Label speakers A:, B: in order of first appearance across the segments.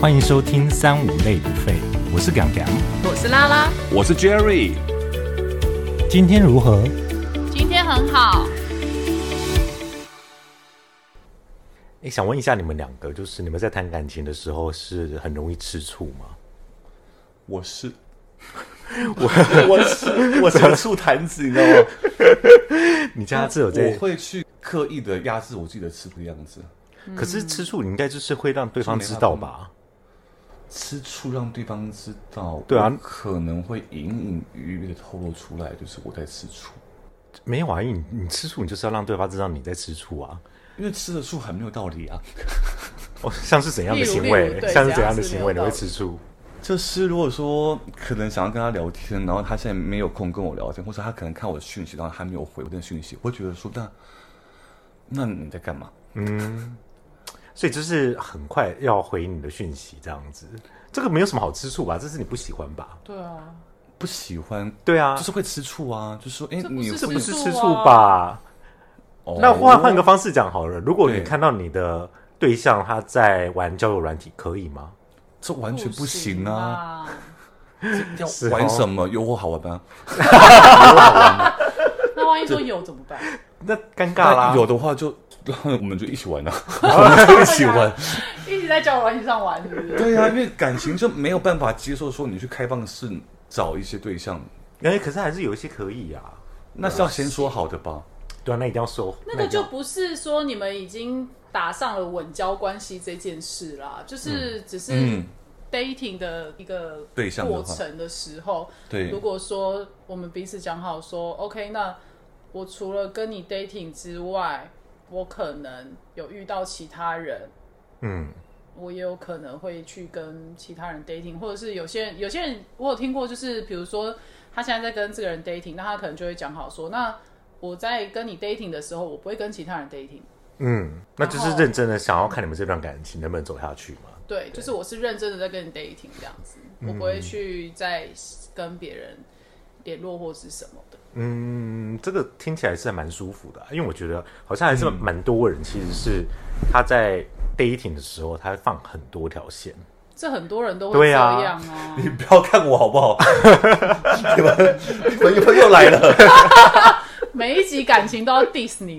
A: 欢迎收听三五类不废，我是 Gang Gang。
B: 我是拉拉，
C: 我是 Jerry，
A: 今天如何？
B: 今天很好。
A: 诶，想问一下你们两个，就是你们在谈感情的时候是很容易吃醋 吗？
C: 我是我我是我是个醋坛子，你 知道吗？
A: 你家这有
C: 我
A: 在，
C: 会去刻意的压制我自己的吃醋的样子，
A: 可是吃醋你应该就是会让对方知道吧？
C: 吃醋让对方知道，
A: 对啊
C: 我可能会隐隐约约的透露出来，就是我在吃醋，
B: 嗯
A: 没有啊，因为你你吃醋你就是要让对方知道你在吃醋啊。
C: 因为吃的醋很没有道理啊。
A: 哦，像是怎样的行
B: 例
A: 为
B: 如？对
A: 像是怎
B: 怎
A: 样
B: 样
A: 的
B: 是
A: 行
B: 没有
A: 为你会
B: 道理
A: 吃醋？
C: 就是如果说可能想要跟他聊天，然后他现在没有空跟我聊天，或者他可能看我的讯息，然后他没有回我的讯息，我会觉得说那那你在干嘛？
A: 所以就是很快要回你的讯息这样子，这个没有什么好吃醋吧？这是你不喜欢吧？
B: 对啊，
C: 不喜欢，
A: 对啊，
C: 就是会吃醋啊，就是说哎，
B: 这不
C: 你
B: 是
C: 会
B: 这
A: 这不是吃
B: 吃醋
A: 醋
B: 啊
A: 吧？
C: 哦
A: 那换换个方式讲好了，如果你
C: 对
A: 看到你的对象他在玩交友软体，可以吗？
C: 这完全不行啊！
B: 啊！
C: 要
A: 是
C: 玩
A: 哦
C: 什么？有我好玩吗？
B: 那万一说有怎么办？
A: 那尴尬啦。
C: 那有的话就， 我们就一起玩 啊，我们就一起玩。
B: 一直在交友软件上玩，是不是？
C: 对啊，因为感情就没有办法接受说你去开放式找一些对象，
A: 哎、可是还是有一些可以啊。
C: 那是要先说好的吧？
A: 对啊，那一定要收。
B: 那个就不是说你们已经打上了稳交关系这件事啦，就是只是
C: 嗯，
B: dating 的一个
C: 对象的话
B: 过程的时候，
C: 对
B: 如，果说我们彼此讲好说，OK，那我除了跟你 dating 之外，我可能有遇到其他人，
A: 嗯，
B: 我也有可能会去跟其他人 dating，或者是有些人，有些人我有听过，就是比如说他现在在跟这个人 dating，那他可能就会讲好说，那我在跟你 dating 的时候，我不会跟其他人 dating，
A: 嗯，那就是认真的想要看你们这段感情能不能走下去嘛。
B: 对，就是我是认真的在跟你 dating 这样子，我不会去再跟别人联络或是什么的。
A: 嗯，这个听起来是还蛮舒服的啊，因为我觉得好像还是蛮多人其实是他在 dating 的时候，他会放很多条线。
B: 这很多人都会
A: 对
B: 这
A: 啊
B: 样啊，
C: 你不要看我好不好？你们你们又 又来了，
B: 每一集感情都要 diss 你，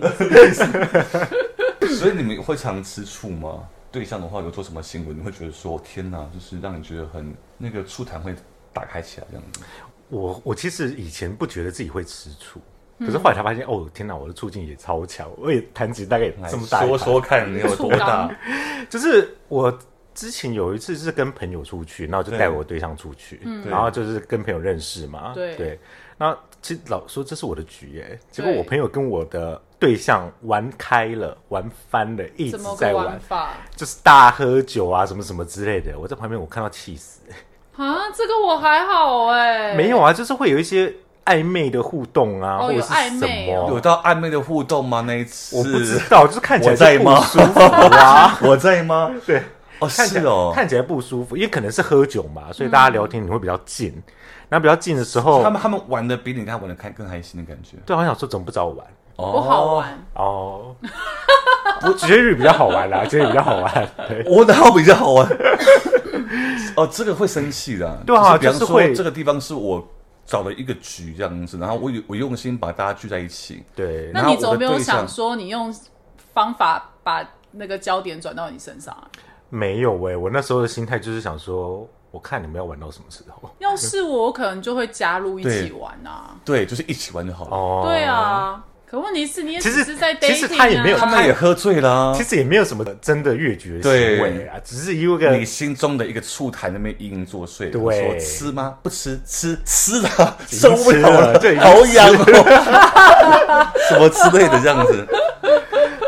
C: 所以你们会常吃醋吗？对象的话有做什么新闻，你会觉得说天哪，就是让你觉得很那个醋坛会打开起来这样子？
A: 我我其实以前不觉得自己会吃醋，可是后来才发现，哦，天哪，我的醋劲也超强，我也弹吉大概也
C: 来
A: 这么大一
C: 说
A: 盘
C: 说看你有
B: 醋
C: 多
B: 缸
C: 大？
A: 就是我之前有一次是跟朋友出去，然后就带我对象出去，然后就是跟朋友认识嘛，
B: 嗯对
A: 那其实老说这是我的局耶、结果
B: 对
A: 我朋友跟我的对象玩开了，玩翻了，一直
B: 怎么
A: 在
B: 个
A: 玩，
B: 玩法
A: 就是大喝酒啊，什么什么之类的。我在旁边我看到气死、
B: 啊？这个我还好哎、
A: 没有啊，就是会有一些暧昧的互动啊，
B: 哦
A: 或者
B: 有
A: 是
B: 暧
A: 什
B: 昧哦
A: 么，
C: 有到暧昧的互动吗？那一次
A: 我不知道，就是看起来
C: 我在
A: 就不
C: 吗
A: 舒服 啊。
C: 我在吗？
A: 对，
C: 哦，
A: 看起
C: 是
A: 来、
C: 哦，
A: 看起来不舒服，因为可能是喝酒嘛，所以大家聊天你会比较近，然后比较近的时候，
C: 嗯他们他们玩的比你跟他玩的开更开心的感觉。
A: 对，我想说怎么不找我玩？
C: 哦
B: 不好，玩，
A: 哦，我觉得比较好玩啦，觉得比较好 玩。对，
C: 我哪有比较好玩？ 哦，这个会生气的、
A: 对啊
C: 就是比
A: 就
C: 方
A: 是会
C: 说这个地方是我找了一个局这样子，然后我有我用心把大家聚在一起，
A: 对，
B: 那
C: 然后
B: 你
C: 我
B: 怎么
C: 的
B: 没有
C: 对象
B: 想说你用方法把那个焦点转到你身上啊？
A: 没有喂、我那时候的心态就是想说，我看你们要玩到什么时 候。
B: 要是我，我可能就会加入一
C: 对
B: 起玩啊。
C: 对，就是一起玩就好了。
A: 哦，
B: 对，啊，可问题是你也
A: 其
B: 只
A: 实
B: 是在 dating
A: 其
B: 啊，
A: 实他也没有
C: 他们也喝醉了、啊
A: 其实也没有什么真的越绝行为啊，只是因为个
C: 你心中的一个醋坛那边隐隐作祟，
A: 对
C: 说吃吗？不吃，吃吃了，
A: 已经
C: 受不了
A: 吃了这已经
C: 好痒哦， 什么之类的这样子。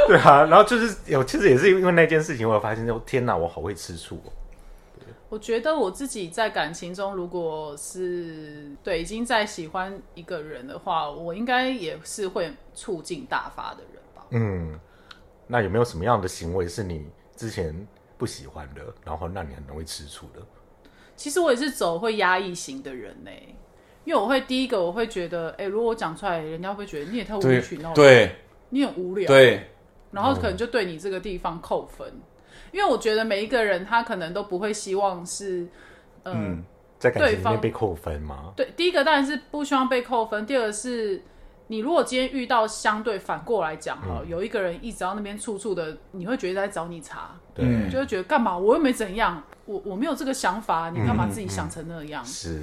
A: 对啊，然后就是有，其实也是因为那件事情，我有发现，哦天哪，我好会吃醋、哦。
B: 我觉得我自己在感情中，如果是对已经在喜欢一个人的话，我应该也是会促进大发的人吧。
A: 嗯，那有没有什么样的行为是你之前不喜欢的，然后让你很容易吃醋的？
B: 其实我也是走会压抑型的人呢、因为我会第一个我会觉得，哎、如果我讲出来，人家会觉得你也太无理
C: 对
B: 取闹，，
C: 对
B: 你很无聊，
C: 对，
B: 然后可能就对你这个地方扣分。因为我觉得每一个人他可能都不会希望是，呃、
C: 嗯，
A: 在感情里
B: 对
A: 面
B: 方
A: 被扣分吗？
B: 对，第一个当然是不希望被扣分，第二个是你如果今天遇到相对反过来讲
A: 嗯
B: 哈、有一个人一直到那边处处的，你会觉得在找你茬，
A: 对，
C: 嗯
B: 就会觉得干嘛？我又没怎样，我我没有这个想法，你干嘛
A: 嗯
B: 自己想成那样？
A: 是，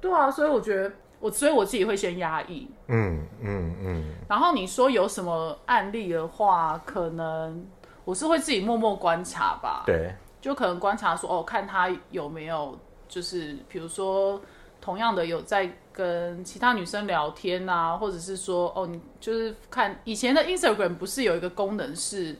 B: 对啊，所以我觉得我，所以我自己会先压抑。
A: 嗯嗯嗯，
B: 然后你说有什么案例的话，可能我是会自己默默观察吧。
A: 对，
B: 就可能观察说，哦，看他有没有，就是比如说同样的有在跟其他女生聊天啊，或者是说，哦，你就是看以前的 Instagram 不是有一个功能是，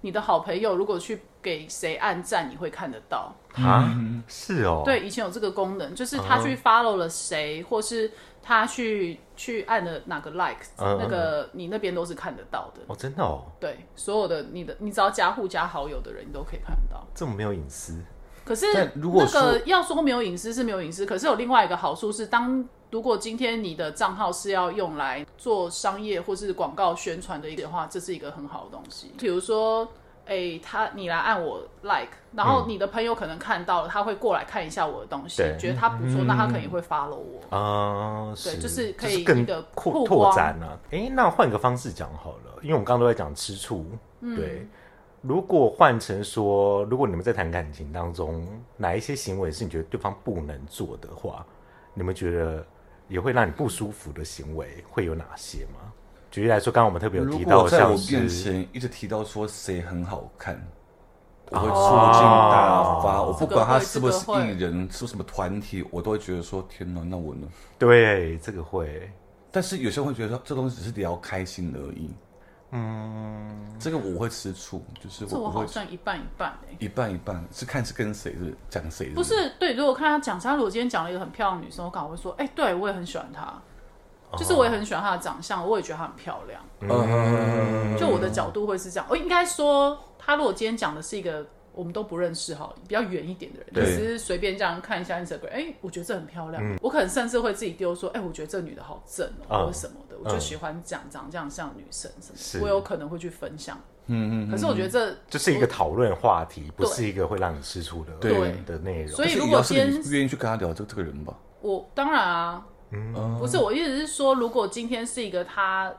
B: 你的好朋友如果去给谁按赞，你会看得到。
A: 啊，是哦，嗯
B: 对，以前有这个功能，就是他去 follow 了谁，或是他去去按了哪个 like，、
A: 嗯嗯
B: 那个你那边都是看得到的。
A: 哦，真的哦，
B: 对，所有的你的，你只要加互加好友的人，你都可以看得到。
A: 这么没有隐私，
B: 可是
C: 但如果
B: 那个要说没有隐私是没有隐私，可是有另外一个好处是，当如果今天你的账号是要用来做商业或是广告宣传的一个的话，这是一个很好的东西。比如说，哎、他你来按我 like，然后
C: 嗯
B: 你的朋友可能看到了，他会过来看一下我的东西
A: 对，
B: 觉得他不错，那他可能也会 follow 我。
C: 嗯
A: 啊、
B: 对
A: 是，
B: 就是可以
A: 更
B: 一个
A: 扩
B: 曝
A: 拓
B: 光
A: 展啊。诶，那换个方式讲好了，因为我们刚刚都在讲吃醋，
B: 嗯
A: 对。如果换成说，如果你们在谈感情当中，哪一些行为是你觉得对方不能做的话，你们觉得也会让你不舒服的行为会有哪些吗？举例来说，刚刚我们特别有
C: 如
A: 提
C: 果
A: 到，
C: 在我
A: 像
C: 面
A: 是
C: 前一直提到说谁很好看，我
A: 哦
C: 会醋劲大发。我不
B: 这个
C: 管他
B: 会
C: 是不
B: 这
C: 是
B: 个会
C: 艺人，是不是什么团体，我都会觉得说天哪，那我呢？
A: 对这个会，
C: 但是有些人会觉得说这东西只是聊开心而已。嗯，这个我会吃醋，就是
B: 这我
C: 我不
B: 好
C: 会
B: 像一半一半哎、
C: 一半一半，是看是跟谁是讲谁
B: 不是对，如果看他讲，像如果今天讲了一个很漂亮的女生，我可能会说，哎、对我也很喜欢她，就是我也很喜欢她的长相，我也觉得她很漂亮。
C: 哦嗯，
B: 就我的角度会是这样，我哦应该说，他如果今天讲的是一个我们都不认识哈，比较远一点的人，
C: 对嗯
B: 你只是随便这样看一下 Instagram，哎、我觉得这很漂亮，我可能甚至会自己丢说，哎、我觉得这女的好正哦、
C: 啊
A: 嗯
B: 或者什么的，我就喜欢讲长这样像女生什么
A: 是
B: 的，我有可能会去分享，嗯嗯可是我觉得这
A: 就是一个讨论话题，不
B: 对
A: 是一个会让你吃醋的
C: 对
A: 的内容。
B: 所以
C: 但是
B: 如
C: 也
B: 果
C: 要是
B: 今
C: 你
B: 天
C: 愿意去跟他聊这这个人吧，
B: 我当然啊，
C: 嗯
B: 不是我意思是说，如果今天是一个他，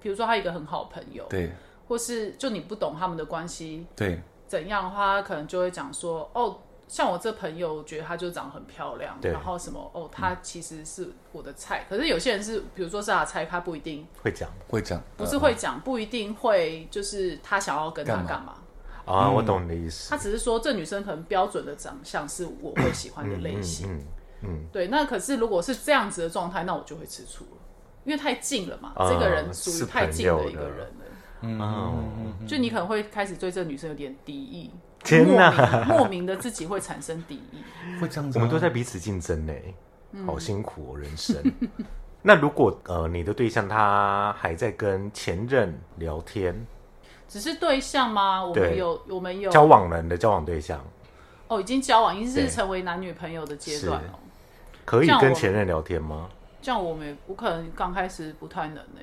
B: 比如说他一个很好的朋友，
C: 对
B: 或是就你不懂他们的关系，
C: 对，
B: 怎样的话，他可能就会讲说，哦，像我这朋友，我觉得她就长得很漂亮，
A: 对
B: 然后什么，哦，
C: 嗯
B: 她其实是我的菜。可是有些人是，比如说是他的菜，他不一定
A: 会讲
B: 嗯
C: 会讲
B: 不是会讲，不一定会就是他想要跟他
C: 嗯干嘛
B: 干嘛。
A: 啊，我懂你的意思。
B: 他只是说这女生可能标准的长相是我会喜欢的类型。
A: 嗯
B: 对，那可是如果是这样子的状态，那我就会吃醋了，因为太近了嘛，
A: 啊
B: 这个人属
A: 是
B: 于太
A: 朋
B: 近
A: 友
B: 的一
A: 的
B: 个人了。
A: 嗯，
B: 就你可能会开始对这女生有点敌意，
A: 天
B: 莫
A: 哪
B: 名莫名的自己会产生敌 意。
C: 会这样子
A: 我
C: 啊吗，
A: 们
B: 嗯
A: 都在彼此竞争呢，好辛苦哦，人生。 那如果呃你的对象他还在跟前任聊天，
B: 只是对象吗？我们
A: 对
B: 有，我们有
A: 交往人的交往对象，
B: 哦，已经交往，已经
A: 对
B: 是成为男女朋友的阶段
A: 是
B: 了。
A: 可以
B: 这样
A: 跟
B: 我
A: 前任聊天吗？
B: 这样我们也我可能刚开始不太能呢、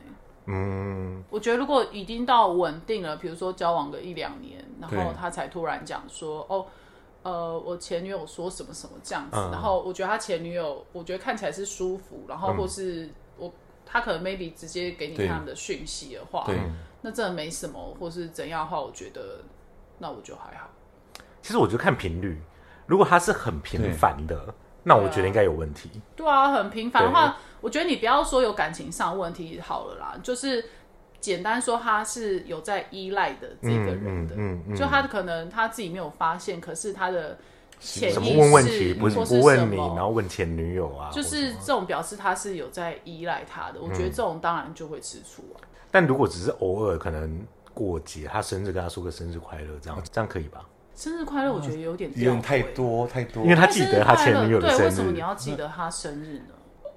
A: 嗯，
B: 我觉得如果已经到稳定了，比如说交往个一两年，然
C: 对
B: 后他才突然讲说，哦，呃，我前女友说什么什么这样子，
A: 嗯
B: 然后我觉得他前女友，我觉得看起来是舒服，然后或是我、他可能 maybe 直接给你
C: 嗯对
B: 他们的讯息的话，
C: 对，
B: 那真的没什么，或是怎样的话，我觉得那我就还好。
A: 其实我觉得看频率，如果他是很频繁的，那我觉
B: 啊
A: 得应该有问题。
B: 对啊，很频繁的
A: 对
B: 话，我觉得你不要说有感情上的问题好了啦，就是简单说他是有在依赖的这个人的，
A: 嗯嗯嗯嗯
B: 就他可能他自己没有发现，可是他的潜意识
A: 什么问问题，不
B: 或是
A: 不问你，
B: 什么
A: 然后问前女友啊，
B: 就
A: 或什
B: 是
A: 么嗯
B: 这种表示他是有在依赖他的，我觉得这种当然就会吃醋啊。
A: 但如果只是偶尔可能过节，他生日跟他说个生日快乐，这样这样可以吧？
B: 生日快乐，我觉得有
A: 啊
B: 点
C: 有
B: 吊诡
C: 点太，多太多，
A: 因为他记得他前女友的
B: 对，为什
A: 生
B: 么
A: 日
B: 你要记得他生日呢？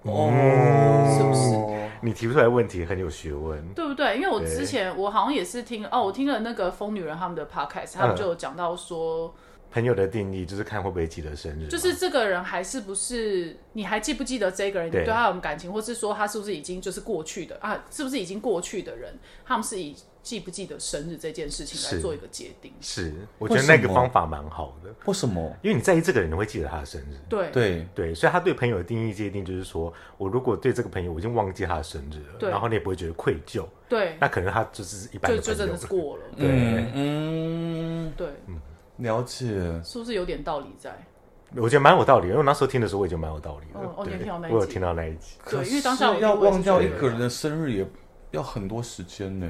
C: 哦，
B: 是不
C: 是？
A: 你提出来的问题很有学问。
B: 对不对？因为我
A: 对
B: 之前我好像也是听哦，我听了那个疯女人他们的 podcast，他们
A: 嗯
B: 就有讲到说，
A: 朋友的定义就是看会不会记得生日，
B: 就是这个人还是不是？你还记不记得这个人？你
A: 对
B: 对他有什么感情，或是说他是不是已经就是过去的啊？是不是已经过去的人？他们是以记不记得生日这件事情来
A: 是
B: 做一个界定。
A: 是，我
C: 为
A: 觉得那
C: 什
A: 个
C: 么
A: 方法蛮好的，
C: 为什么？
A: 因为你在意这个人，你会记得他的生日。
B: 对
C: 对，
A: 对，所以他对朋友的定义界定就是说，我如果对这个朋友我已经忘记他的生日了，
B: 对
A: 然后你也不会觉得愧疚，
B: 对，
A: 那可能他就是一般
B: 就
A: 的
B: 就
A: 朋
B: 真
A: 友
B: 的
A: 了
B: 是。过了。
A: 对
C: 嗯，嗯
B: 对，
C: 了解。
B: 是不是有点道理在？
A: 我觉得蛮有道理的，因为我那时候听的时候我也觉得蛮有道理的。
B: 哦哦你有
A: 对
B: 听到那一
A: 我有
B: 集
A: 听到那一集，
B: 对
C: 可
B: 因为当下我
C: 是
B: 一定
C: 要
B: 会是
C: 忘掉
B: 觉
C: 一
B: 得
C: 个人的生日也要很多时间呢。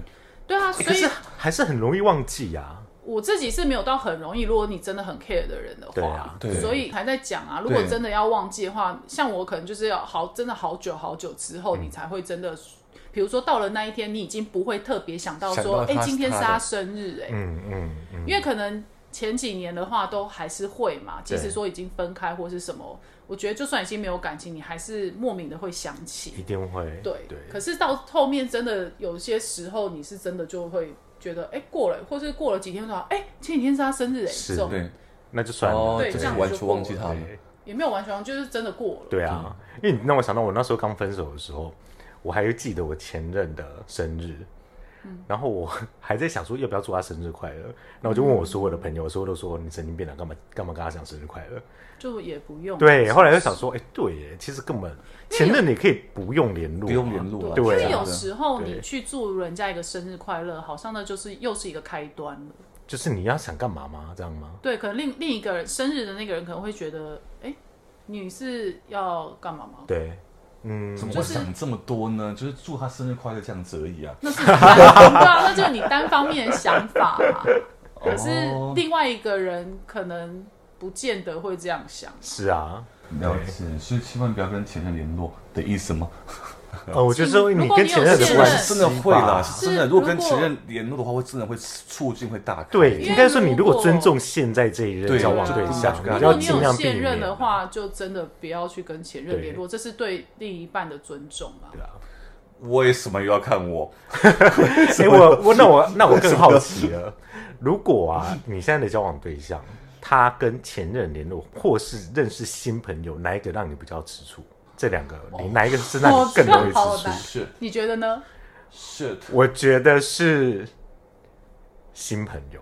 B: 对啊，所
A: 欸可
B: 以
A: 是还是很容易忘记啊呀、
B: 我自己是没有到很容易，如果你真的很 care 的人的
A: 对
B: 话
A: 啊，
C: 对
B: 所以还在讲啊。如果真的要忘记的话，像我可能就是要好，真的好久好久之后，你才会真的，比如说到了那一天，你已经不会特别想到说，
C: 想到
B: 哎、
C: 他
B: 今天是
C: 他
B: 他
C: 的
B: 生日、哎、
A: 嗯嗯嗯，
B: 因为可能前几年的话都还是会嘛，即使说已经分开或是什么，我觉得就算已经没有感情，你还是莫名的会想
A: 一
B: 起。
A: 定会。
B: 对，
A: 对，
B: 可是到后面真的有些时候，你是真的就会觉得，哎、过了，或是过了几天说，哎、前几天是他生日、哎，
A: 是
B: 这种
C: 对，
A: 那就算了。
C: 哦，
B: 对
C: 就
B: 这
C: 是
B: 样
C: 完
B: 就
C: 全
B: 过
C: 忘记
B: 了
C: 他了。
B: 也没有完全忘，就是真的过了。
A: 对啊，因为你让我想到我那时候刚分手的时候，我还记得我前任的生日，然后我 还在想说要不要祝他生日快乐，然后我就问我所有的朋友，我所有都说你神经病了，啊干嘛干嘛跟他讲生日快乐？
B: 就也不用。
A: 对，后来又想说，哎、对耶，其实根本前任你可以不用联络嘛，
C: 不用联络了
B: 因
A: 对啊
B: 为有时候你
A: 对
B: 去祝人家一个生日快乐，好像那就是又是一个开端了。
A: 就是你要想干嘛吗？这样吗？
B: 对，可能另另一个人生日的那个人可能会觉得，哎、你是要干嘛吗？
A: 对，嗯，
C: 怎么
B: 就
C: 会
B: 是
C: 想这么多呢？就是祝他生日快乐这样子而已啊。
B: 那是你单对啊，那就是你单方面的想法嘛。可是
C: 哦
B: 另外一个人可能不见得会这样想。
A: 是啊，
C: 了解，所以千万不要跟前任联络的意思吗？
A: 呃，我就说
B: 如
A: 你
B: 果
A: 跟
B: 你有
A: 前任的
B: 现
A: 关
B: 任
A: 系
C: 真的会啦，
A: 吧
C: 是真的。
B: 是
C: 如果跟
B: 如果
C: 前任联络的话，会真的会促进会大开。
A: 对，应该说你如
B: 如果
A: 果尊重现在这一任
C: 对
A: 交往
B: 对
A: 对
B: 啊
A: 象，你
B: 如
C: 如
A: 就
B: 果
A: 要
B: 你
A: 尽
B: 有
A: 量避
B: 现任
A: 免啊
B: 的话，就真的不要去跟前任联络，这是对另一半的尊重嘛。
A: 对啊。
C: 为什么又要看我？
A: 哎、我我那我那我更好奇了，如果啊，你现在的交往对象，他跟前任联络，或是认识新朋友，哪一个让你比较吃醋？这两个，你哪一个是让
B: 哦
A: 你更容易
B: 好
A: 吃醋
B: 难？
C: shit
B: 你觉得呢？
C: shit，
A: 我觉得是新朋友，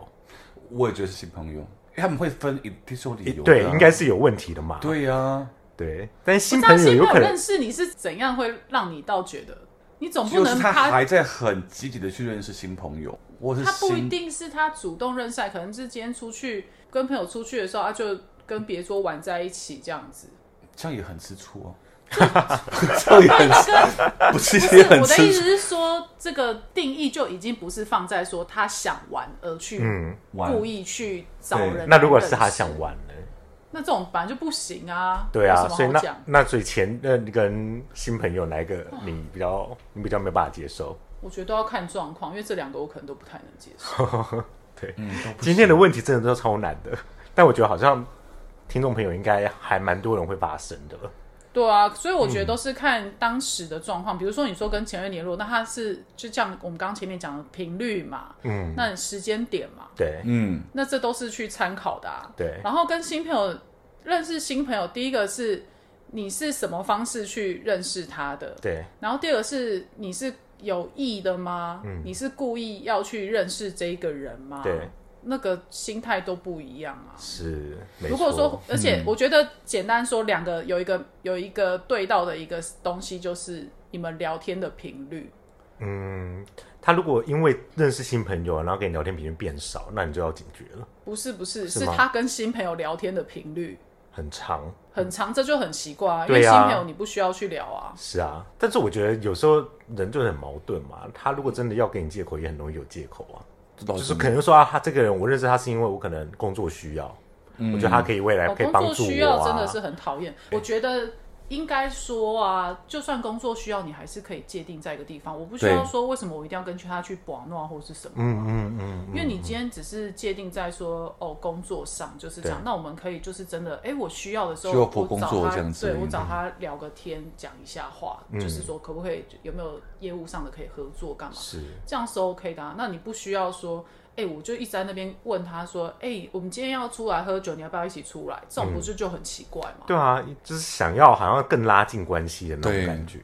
C: 我也觉得是新朋友，因为他们会分一定是有理由的啊。
A: 对，应该是有问题的嘛。
C: 对呀。
A: 对，但新
B: 那
A: 朋友
B: 新
A: 有
B: 朋
A: 可
B: 友
A: 能
B: 认识你是怎样会让你倒觉得，你总不
C: 就是
B: 能
C: 他
B: 他
C: 还在很积极的去认识新朋友，我是
B: 他不一
C: 新
B: 定是他主动认识啊，可能是今天出去跟朋友出去的时候，他就跟别桌玩在一起这样子。
C: 这样也很吃醋哦， 这样也很不是
B: 不是
C: 也很
B: 我的意
C: 吃
B: 思
C: 醋。
B: 是说，这个定义就已经不是放在说他想玩而去
A: 嗯
C: 玩
B: 故意去找
C: 对
B: 人来
A: 那如果是他
B: 认识
A: 想玩呢？
B: 那这种本来就不行啊。
A: 对
B: 有
A: 啊，所
B: 什
A: 以
B: 么好
A: 那
B: 讲？
A: 那所以前任跟新朋友哪一个你比较你比较没有办法接受？
B: 我觉得都要看状况，因为这两个我可能都不太能接受。
A: 对，
C: 嗯，都
B: 啊
C: 不
A: 今天的问题真的都超难的， 但我觉得好像听众朋友应该还蛮多人会发生的。
B: 对啊，所以我觉得都是看当时的状况。比如说，你说跟前任联络，那他是就像我们刚刚前面讲的频率嘛，嗯，那你时间点嘛，
A: 对，
C: 嗯，
B: 那这都是去参考的啊。
A: 对
B: 然后跟新朋友认识新朋友，第一个是你是什么方式去认识他的，
A: 对，
B: 然后第二个是你是有意的吗？你是故意要去认识这一个人吗？
A: 嗯对，
B: 那个心态都不一样啊。
A: 是。没
B: 如果
A: 错嗯
B: 说，而且我觉得简单说，两个有一个有一个对到的一个东西，就是你们聊天的频率。
A: 嗯，他如果因为认识新朋友，然后跟你聊天频率变少，那你就要警觉了，
B: 不是不是，
A: 是
B: 是
A: 吗
B: 他跟新朋友聊天的频率
A: 很长。
B: 很长，这就很奇怪、啊，因为
A: 对
B: 新
A: 啊
B: 朋友你不需要去聊啊。
A: 是啊，但是我觉得有时候人就是很矛盾嘛。他如果真的要给你借口，也很容易有借口啊。
C: 这倒
A: 就是是可能说啊，他这个人我认识他是因为我可能工作需要，我觉得他可以未来
B: 哦，
A: 可以
B: 工
A: 帮
B: 作
A: 助
B: 需
A: 我
B: 要真
A: 啊
B: 的。是很讨厌。我觉得应该说啊，就算工作需要，你还是可以界定在一个地方。我不需要
C: 对
B: 说为什么我一定要跟去他去玩闹或是什么，啊
A: 嗯嗯嗯，
B: 因为你今天只是界定在说哦工作上就是这样。
A: 对
B: 那我们可以就是真的，哎，我需要的时候，
C: 就
B: 我
C: 要不工
B: 找
C: 作
B: 他
C: 这样子
B: 对我
C: 嗯
B: 找他聊个天，讲一下话，
A: 嗯
B: 就是说可不可以有没有业务上的可以合作干嘛？
A: 是
B: 这样是 OK 的、啊。那你不需要说，哎、我就一直在那边问他说，哎、我们今天要出来喝酒，你要不要一起出来？这种不是就很奇怪吗？
A: 对啊，就是想要好像更拉近关系的那
C: 对
A: 种感觉。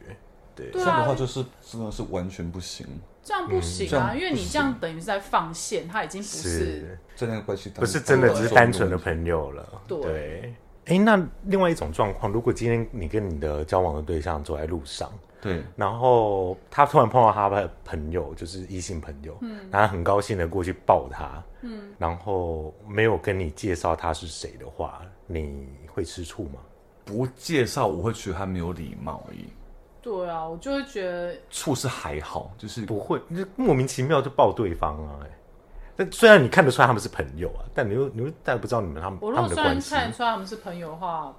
B: 对
C: 这样的
B: 啊
C: 话，就是真的是完全不行。
B: 这样不行
C: 嗯这
B: 啊，
C: 样
B: 因为你这样等于是在放线，他已经不是
A: 是
C: 在那个关系当中
A: 不是真的只是单纯的
C: 我
A: 朋友了？
B: 对
A: 对。哎，那另外一种状况，如果今天你跟你的交往的对象走在路上，
C: 对
A: 然后他突然碰到他的朋友，就是异性朋友，嗯，然后很高兴的过去抱他，嗯，然后没有跟你介绍他是谁的话，你会吃醋吗？
C: 不介绍，我会觉得他没有礼貌而已。
B: 对啊，我就会觉得
C: 处是还好，就是
A: 不会，你就莫名其妙就抱对方啊、哎但虽然你看得出来他们是朋友啊，但你又你又但不知道你们他们
B: 我如
A: 他
B: 果
A: 们的
B: 虽然
A: 关系。
B: 看得出来他们是朋友的话，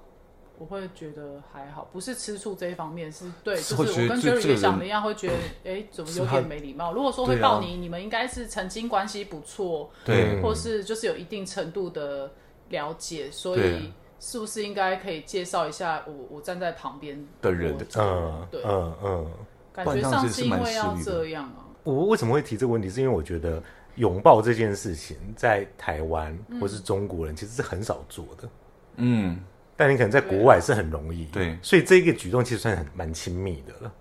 B: 我会觉得还好，不是吃醋这一方面，是对，
C: 是
B: 就是
C: 会
B: 我
C: 觉得
B: 跟
C: 这
B: Jerry
C: 这个
B: 也
C: 人
B: 想的一样，会觉得哎、怎么有
C: 是他
B: 点没礼貌。如果说
C: 对
B: 会
C: 啊
B: 抱你，你们应该是曾经关系不错，
C: 对
B: 或是就是有一定程度的了解，所以
C: 对
B: 是不是应该可以介绍一下我我站在旁边
C: 的人的
A: 嗯
B: 对，
A: 嗯嗯，
B: 感
C: 不然
B: 觉
C: 这样
B: 上
C: 其实
B: 是
C: 是
B: 因
C: 蛮
B: 为
C: 势
B: 要
C: 利的
B: 这样啊。
A: 我为什么会提这个问题？是因为我觉得拥抱这件事情在台湾
B: 嗯
A: 或是中国人其实是很少做的。
C: 嗯，
A: 但你可能在国外是很容易，
C: 对
A: 所以这个举动其实算很蛮亲密的了。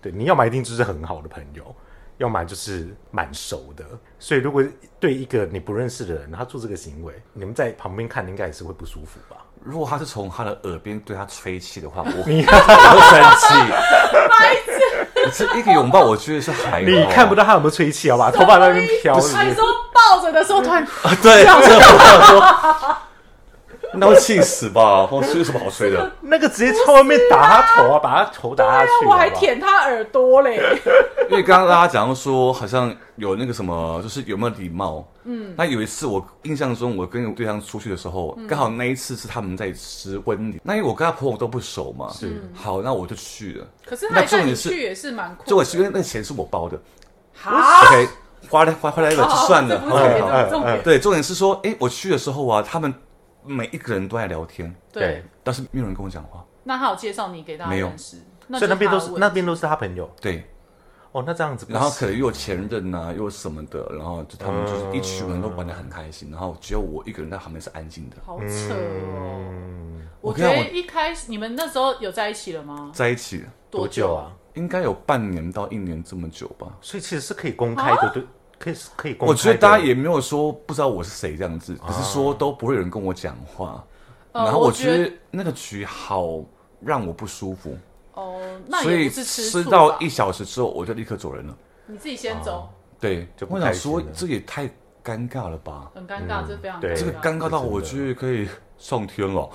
A: 对，你要么一定就是很好的朋友，要么就是蛮熟的。所以如果对一个你不认识的人，他做这个行为，你们在旁边看，应该也是会不舒服 吧？
C: 如果他是从他的耳边对他吹气的话，我我
A: 你
C: 会生气。这一个拥抱，我觉得是还 好啊
A: 你看不到他有没有吹气，好吧？头发在那边飘。
B: 还说抱着的时候突然
C: 啊， 对，这个我想说，那会气死吧？我吹有什么好吹的？
A: 那个直接从外面打他头啊，把他头打下
B: 对啊
A: 去。
B: 我还
A: 好不好，
B: 舔他耳朵嘞，
C: 因为刚刚大家讲到说，好像有那个什么，就是有没有礼貌？嗯，那有一次我印象中，我跟我对象出去的时候，
B: 嗯
C: 刚好那一次是他们在吃婚礼，那因为我跟他朋友都不熟嘛，是，好，那我就去了。
B: 可是
C: 那
B: 还
C: 重
B: 带你
C: 点是
B: 去也是蛮酷的。
C: 结果是因为那钱是我包的
B: 好。
C: ，OK，花来花花来了就算了
B: 啊哦
C: 嗯
B: 这不是重
C: ，OK，
B: 点，这
C: 好。
B: 不是重点。
C: 对，重点是说，哎，我去的时候啊，他们每一个人都在聊天，
B: 对，
C: 但是没有人跟我讲话。
B: 那他有介绍你给大家认识，那
A: 所以那边都是
B: 就
A: 那
B: 他的问题
A: 边都是他朋友
C: 对，
A: 哦。那这样子不行，
C: 然后可能又有前任呐、又有什么的，然后就他们就是一群人都玩
A: 嗯
C: 的很开心，然后只有我一个人在旁边是安静的。
B: 好扯哦。
A: 嗯，
B: 我
C: 我
B: 觉
C: 跟你讲
B: 得一开始你们那时候有在一起了吗？
C: 在一起
A: 多久？啊？
C: 应该有半年到一年这么久吧。
A: 所以其实是可以公开
B: 啊
A: 的，对，可以可以公开的。
C: 我觉得大家也没有说不知道我是谁这样子，只是
A: 啊
C: 说都不会有人跟我讲话。
B: 呃
C: 然后
B: 我
C: 觉
B: 觉
C: 得那个局好让我不舒服，
B: 哦，那
C: 所
B: 也
C: 以
B: 不是
C: 吃
B: 醋
C: 到
B: 吧？
C: 一小时之后我就立刻走人了。
B: 你自己先
A: 哦
B: 走，
C: 对，
A: 就不
C: 我想
A: 开心
C: 说
A: 了
C: 这也太尴尬了吧。
B: 很尴尬，这非常
A: 嗯对啊
B: 尴
C: 这个
B: 尬。
C: 尴尬到
A: 真的
C: 我觉得可以上天了。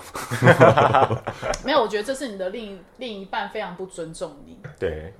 B: 没有，我觉得这是你的另一另一半非常不尊重你。
A: 对，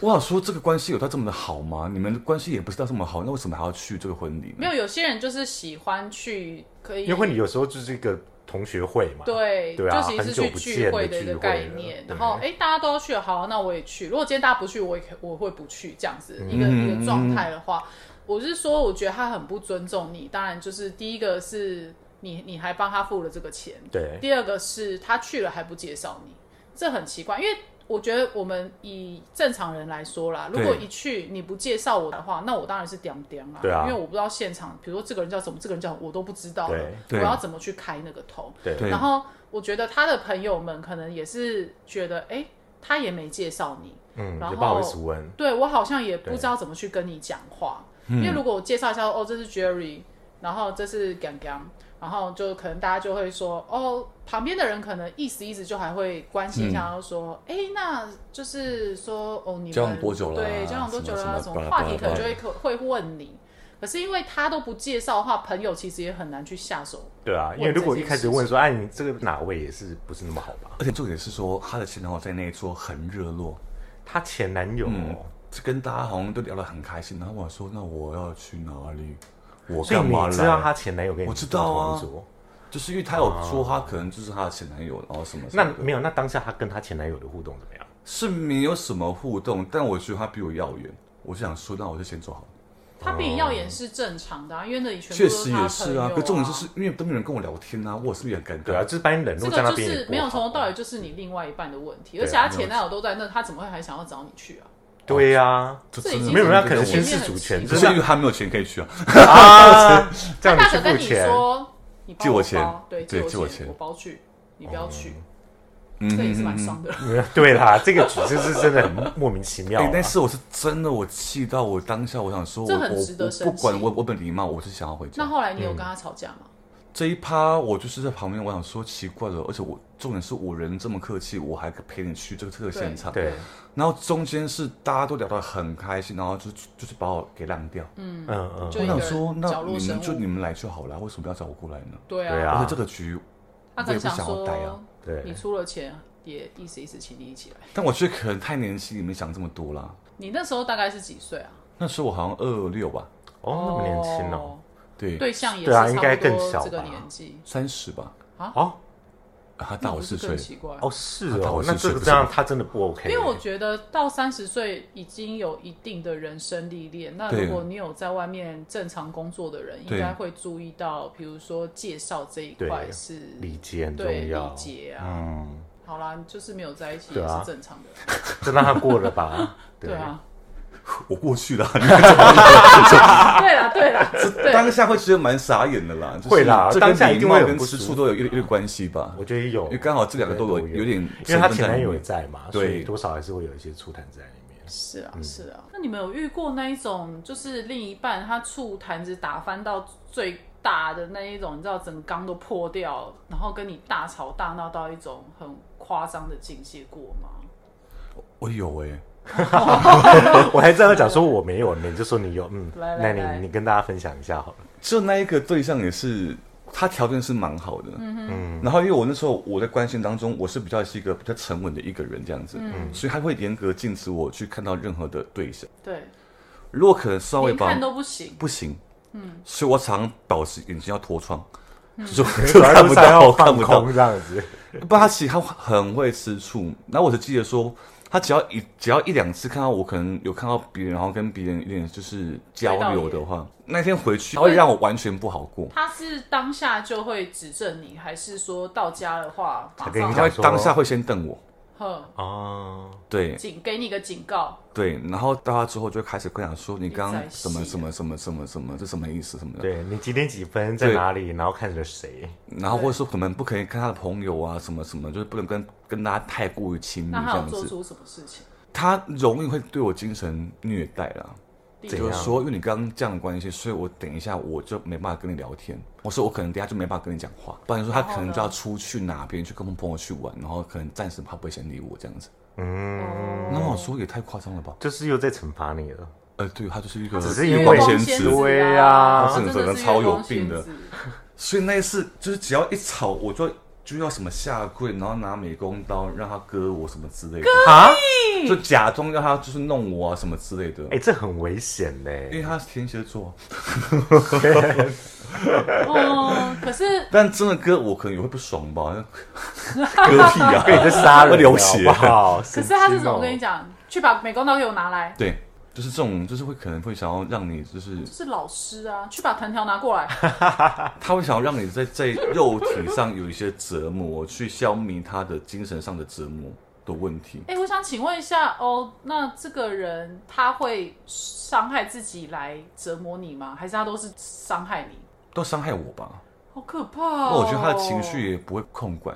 C: 我想说，这个关系有到这么的好吗？你们的关系也不是到这么好，那为什么还要去这个婚礼呢？
B: 没有，有些人就是喜欢去可以，
A: 因为你有时候就是一个同学会嘛，
B: 对，
A: 对啊
B: 就其实
A: 很
B: 是
A: 久
B: 去
A: 不
B: 聚会
A: 见的
B: 一
A: 聚会
B: 个概
A: 了
B: 念。
A: 对
B: 然后，哎，大家都要去，好，那我也去。如果今天大家不去，我也可我会不去，这样子一个
C: 嗯
B: 一个状态的话，我是说，我觉得他很不尊重你。当然，就是第一个是你你还帮他付了这个钱，
A: 对
B: 第二个是他去了还不介绍你，这很奇怪，因为。我觉得我们以正常人来说啦，如
C: 对
B: 果一去你不介绍我的话，那我当然是屌屌啦，
A: 对啊
B: 因为我不知道现场，比如说这个人叫什么，这个人叫什么我都不知道了，我
C: 对对
B: 要怎么去开那个头？
A: 对
C: 对
B: 然后我觉得他的朋友们可能也是觉得，哎，他也没介绍你，
A: 嗯，
B: 然
A: 也
B: 后
A: 不好意思问，
B: 对我好像也不
A: 对
B: 知道怎么去跟你讲话，
C: 嗯
B: 因为如果我介绍一下，哦，这是 Jerry，然后这是 Gang Gang，然后就可能大家就会说，哦，旁边的人可能意思意思就还会关心一下，然后说，哎，那就是说，哦，你们
C: 嗯交往多久了啊
B: 对，交往多久了啊？什
C: 什
B: 么
C: 么什么
B: 话题可能就
C: 巴
B: 会
C: 拉
B: 可会问你，可是因为他都不介绍的话，朋友其实也很难去下手。
A: 对啊，因为如果一开始问说，哎，你这个哪位也是不是那么好吧？
C: 而且重点是说，她的前男友在那一桌很热络，
A: 她前男友，
C: 嗯，跟大家好像都聊得很开心。然后我说，那我要去哪里？我
A: 所以
C: 干嘛
A: 你知道
C: 来？
A: 她前男友跟你
C: 我知道啊
A: 同一桌
C: 就是因为她有说，她可能就是她的前男友，然后什么什
A: 那
C: 么的
A: 没有，那当下她跟她前男友的互动怎么样？
C: 是没有什么互动，但我觉得她比我耀眼。我就想说，那我就先走好了。
B: 他比你耀眼是正常的、啊，因为那里全部
C: 确
B: 都
C: 实
B: 是他
C: 也
B: 的
C: 是
B: 朋友啊。
C: 可重点就是因为都没有人跟我聊天啊，我是不是也很尴尬？
A: 对啊，就是把你冷
B: 这
A: 落在那
B: 个就
A: 边也
B: 是
A: 不
B: 没有
A: 好啊
B: 从头到尾就是你另外一半的问题，
A: 对啊
B: 而且他前男友都在那，他怎么会还想要找你去啊？
A: 对呀，
C: 就
B: 这
C: 真
B: 已
C: 的
B: 经
A: 没有人要
C: 跟
A: 可能
C: 我
A: 宣誓主权，
B: 前面很奇怪
A: 就
C: 就是是因为他没有钱可以去啊。
A: 啊，这样
B: 他大可
A: 去
B: 跟
A: 付
B: 你
A: 钱，
B: 说，你帮
C: 借我
B: 我
C: 钱
B: 包对，
C: 对
B: 借
C: 借我
B: 钱，
C: 钱
A: 哦
B: 我包去，你不要去。
A: 嗯
B: 这也是蛮伤的。
A: 对啦，这个举措是真的很莫名其妙、
C: 哎、
A: 啊。
C: 但是我是真的，我气到我当下，我想说我，
B: 这
C: 我
B: 很值得
C: 我
B: 生
C: 不管
B: 气
C: 我我本礼貌，我是想要回
B: 那
C: 家。
B: 后来
A: 嗯
B: 你有跟他吵架吗？
C: 这一趴我就是在旁边，我想说奇怪了，而且我重点是我人这么客气，我还陪你去这个这个现场。
A: 对，
C: 然后中间是大家都聊得很开心，然后就就是把我给浪掉。
A: 嗯嗯，
B: 就
C: 我
B: 一个
C: 想说，
B: 人
C: 那
B: 角落
C: 你
B: 生
C: 们就
B: 物
C: 你。们来就好了，为什么要找我过来呢？
B: 对
A: 对
B: 啊，
A: 啊
C: 而且这个局
B: 他可能
C: 我也不想
B: 说
C: 要带啊，
A: 对
B: 你出了钱也意思意思，请你一起来。
C: 但我觉得可能太年轻，也没想这么多啦。
B: 你那时候大概是几岁啊？
C: 那时候我好像二六吧，
A: 哦，那么年轻哦，，
C: 对，
B: 对象也是
A: 对啊
B: 差不
A: 应该更
B: 多
A: 小
B: 这个
A: 吧
B: 年纪，
C: 三十吧，
A: 哦
C: 啊他
B: 那
C: 大我
B: 不是
C: 四岁
B: 更，奇怪。
A: 哦是
C: 啊但
A: 哦
C: 我，
A: 那
C: 是
A: 这个
C: 是
A: 这样他真的不 OK，
B: 因为我觉得到三十岁已经有一定的人生历练，那
C: 对
B: 如果你有在外面正常工作的人，应
C: 对
B: 该会注意到，比如说介绍这一块
A: 对
B: 是
A: 理解很重
B: 对
A: 要，
B: 理解啊。
A: 嗯，
B: 好啦，就是没有在一起
A: 对
B: 也
A: 啊
B: 是正常的，
A: 就让他过了吧，
B: 对啊，
C: 我过去啊了。
B: 对啦，对啦，对
C: 当下会觉得蛮傻眼的啦，就是
A: 会啦
C: 这
A: 当下一
C: 跟礼
A: 定会
C: 貌
A: 很
C: 跟
A: 不
C: 吃
A: 舒
C: 醋
A: 服
C: 都有有有点关系吧。
A: 我觉得有，
C: 因为刚好这两个都有有点
A: 因为她
C: 成分
A: 前
C: 在
A: 男
C: 里
A: 友也
C: 面
A: 在嘛，所
C: 对
A: 以多少还是会有一些醋坛在里面。
B: 是啊，是啊。那你们有遇过那一种，就是另一半他醋坛子打翻到最大的那一种，你知道整个缸都破掉，然后跟你大吵大闹到一种很夸张的境界过吗？
C: 我有哎、
A: 我还这样讲说我没有，你就说你有，嗯，
B: 来
A: 那
B: 来来
A: 你你跟大家分享一下好了。
C: 就那一个对象也是，他条件是蛮好的，嗯然后因为我那时候我在关系当中，我是比较是一个比较沉稳的一个人这样子，嗯，所以他会严格禁止我去看到任何的对象，
B: 对，
C: 如果可能稍微
B: 连
C: 把
B: 看都不行。
C: 不行，嗯，所以我常保持眼睛要脱窗，就
A: 走
C: 就
A: 在
C: 看
A: 路
C: 不
A: 上要
C: 到，看
A: 放
C: 不到
A: 空。这样 子，
C: 不，他其实他很会吃醋。然后我只记得说，他只要一只要一两次看到我，可能有看到别人，然后跟别人有点就是交流的话，那天回去他会让我完全不好过。
B: 他是当下就会指正你，还是说到家的话马
A: 他跟你
C: 他
A: 讲
B: 上
C: 会当下会先瞪我，
B: 哼
A: 哦，
C: 对
B: 警给你个警告？
C: 对，然后到他之后就会开始跟我讲说，你刚
B: 在
C: 刚什么
B: 戏
C: 什么什么什么什么，这什么意思什么的。
A: 对你几点几分在
C: 对
A: 哪里，然后看着谁，
C: 然后或者说可能不可以跟他的朋友啊，什么什么，就是不能跟跟大家太过于亲密
B: 那
C: 嗯这
B: 他有
C: 样
B: 做
C: 子。
B: 出什么事情？
C: 他容易会对我精神虐待啦。
B: 例
A: 怎
B: 如
C: 就
A: 样
C: 是说，因为你刚刚这样的关系，所以我等一下我就没办法跟你聊天。我说我可能等一下就没办法跟你讲话，不然说他可能就要出去哪边去跟朋友去玩，然后可能暂时他不会先理我这样子。
B: 哦
C: 那我说也太夸张了吧？
A: 就是又在惩罚你了。
C: 呃，对他就是一个
B: 他
A: 只是
B: 是
A: 因
B: 月
A: 为
B: 光
C: 先
B: 仙
C: 知
B: 子啊，
A: 对啊
B: 他
C: 他
B: 真的
C: 整个
B: 是
C: 人超
B: 月
C: 有
B: 光仙
C: 病的
B: 子
C: 所以那一次就是只要一吵，我就就要什么下跪，然后拿美工刀让他割我什么之类的，
A: 啊，
C: 就假装让他就是弄我啊什么之类的。
A: 哎，这很危险
C: 因为
A: 嘞。
C: 他是天蝎座，
B: 哦，可 是
C: 但真的割我可能也会不爽吧？ 割屁啊！
A: 被你在杀 人，
C: 会流血
A: 好不好？哦
B: 可
A: 可
B: 是他是
C: 哦
B: 怎么跟你？讲？去把美工刀给我拿来，
C: 对，就是这种，就是会可能会想要让你，就是
B: 是老师啊，去把藤条拿过来。
C: 他会想要让你在在肉体上有一些折磨，去消弭他的精神上的折磨的问题。
B: 哎，我想请问一下哦，那这个人他会伤害自己来折磨你吗？还是他都是伤害你？
C: 都伤害我吧，
B: 好可怕哦！
C: 那我觉得他的情绪，也不会控管，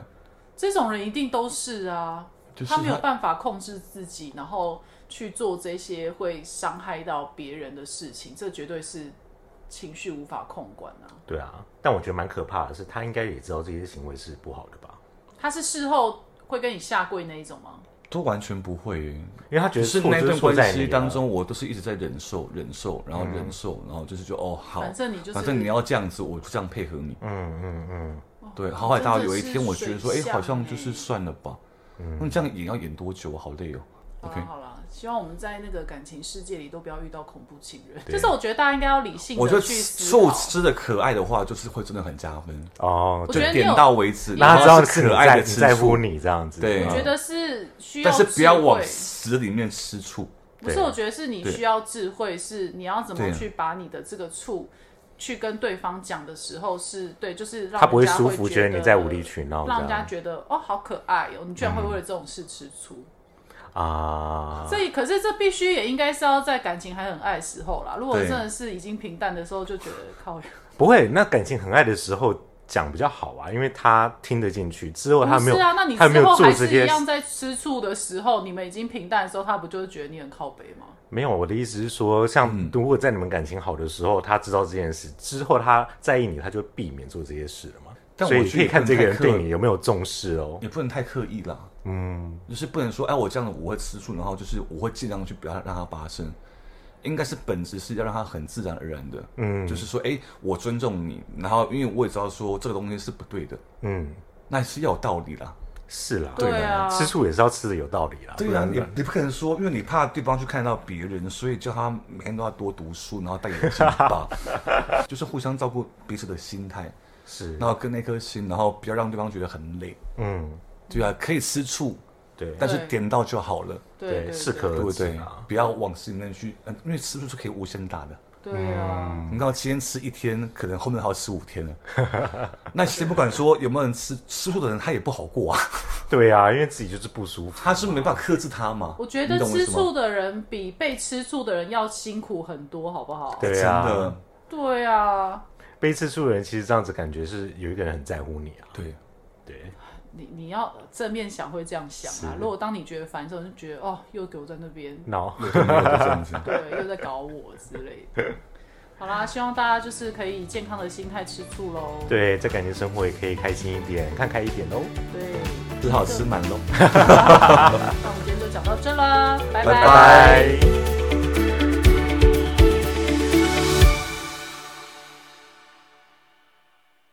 B: 这种人一定都是啊，
C: 就是
B: 他没有
C: 他
B: 办法控制自己，然后去做这些会伤害到别人的事情，这绝对是情绪无法控管啊。
A: 对啊，但我觉得蛮可怕的是，他应该也知道这些行为是不好的吧？
B: 他是事后会跟你下跪那一种吗？
C: 都完全不会耶。
A: 因为他觉
C: 只
A: 得
C: 是
A: 错
C: 那
A: 就
C: 段
A: 错在
C: 关
A: 你
C: 系
A: 啊嗯
C: 当，中，我都是一直在忍受、忍受，然后忍受，然后就是就哦好，
B: 反正你就是
C: 反正你要这样子，我就这样配合你。
A: 嗯嗯嗯，
C: 对，好歹到有一天，我觉得说，哎、
B: 真的是水象
C: 好像就
B: 欸
C: 是算了吧。
A: 嗯
C: 那你这样演要演多久？好累哦。
B: 好
C: OK，
B: 啦好啦，希望我们在那个感情世界里都不要遇到恐怖情人。
A: 对
B: 就是我觉得大家应该要理性
C: 我
B: 的
C: 觉得
B: 去思
C: 素
B: 考。
C: 吃的可爱的话，就是会真的很加分，
A: 哦，
B: 我
A: 对
B: 觉得
C: 就
B: 你有
C: 点到为止，
A: 让他知
C: 然
A: 道
C: 后
A: 是
C: 是
A: 你
C: 可爱
A: 在
C: 的
A: 你
C: 吃
A: 在乎
C: 醋，
A: 你这样子。
C: 对
B: 我
A: 嗯
B: 觉得是需要智
C: 但是
B: 慧，
C: 不要往死里面吃醋。
B: 不是，
A: 对
B: 我觉得是你
C: 对
B: 需要智慧，是你要怎么
C: 对啊
B: 去把你的这个醋去跟对方讲的时候是，对，就是让
A: 他不
B: 人
A: 会
B: 家
A: 舒服，
B: 觉
A: 觉得你在无理取闹
B: 让人
A: 这
B: 家
A: 样嗯
B: 觉得哦好可爱哦，你居然会为了这种事吃醋。
A: 啊。
B: 所以，可是这必须也应该是要在感情还很爱的时候啦。如果
C: 对
B: 真的是已经平淡的时候，就觉得靠，
A: 不会，那感情很爱的时候，讲比较好啊，因为他听得进去。之后他没有，
B: 不是啊，那你
A: 他没
B: 之
A: 有
B: 后
A: 做
B: 还
A: 这
B: 是
A: 些
B: 一，样在吃醋的时候，你们已经平淡的时候，他不就是觉得你很靠北吗？
A: 没有。我的意思是说，像
C: 嗯
A: 如果在你们感情好的时候，他知道这件事之后，他在意你，他就避免做这些事了嘛。
C: 但
A: 所以
C: 我
A: 你可
C: 觉
A: 以
C: 得
A: 看这个人
C: 很苛
A: 对你有没有重视哦。
C: 也不能太刻意啦。嗯，就是不能说，哎，我这样我会吃醋，然后就是我会尽量去不要让它发生。应该是本质是要让它很自然而然的，嗯，就是说，哎，我尊重你，然后因为我也知道说这个东西是不对的，
A: 嗯，
C: 那是要有道理啦。
A: 是啦，
B: 对啊
A: 吃醋也是要吃的有道理啦。
C: 对
A: 不
C: 呀、啊，
A: 然
C: 你你不可能说，因为你怕对方去看到别人，所以叫他每天都要多读书，然后戴眼镜吧，就是互相照顾彼此的心态，
A: 是
C: 然后跟那颗心，然后不要让对方觉得很累。
A: 嗯，
C: 对啊，可以吃醋，
A: 对
C: 但是
B: 对
C: 点到就好了。
B: 对对，
A: 适可
C: 对
A: 而
C: 不
A: 止
C: 对
A: 啊。？
C: 不要往心里面去，嗯，因为吃醋是可以无限大的。
B: 对
A: 嗯
B: 啊，
C: 你看，我今天吃一天，可能后面还有十五天呢。那先不管说有没有人吃吃醋的人，他也不好过啊，
A: 对啊，因为自己就是不舒服。
C: 他是没办法克制他嘛。
B: 我觉得
C: 你懂我意
B: 吃
C: 思吗
B: 醋的人比被吃醋的人要辛苦很多，好不好？
A: 对
C: 真
A: 啊
C: 的，
B: 对啊，
A: 被吃醋的人其实这样子感觉是有一个人很在乎你啊。
C: 对，
A: 对，
B: 你你要正面想会这样想啊。
A: 是
B: 如果当你觉得烦的时候，你就觉得哦，又给我在那边，
A: 然后
C: 有的没有的这样子。
B: 对，又在搞我之类 的。好啦，希望大家就是可以以健康的心态吃醋喽。
A: 对，在感情生活也可以开心一点，看开一点哦。
B: 对，
C: 只好吃满喽。
B: 那我们今天就讲到这啦，拜
C: 拜
A: 拜。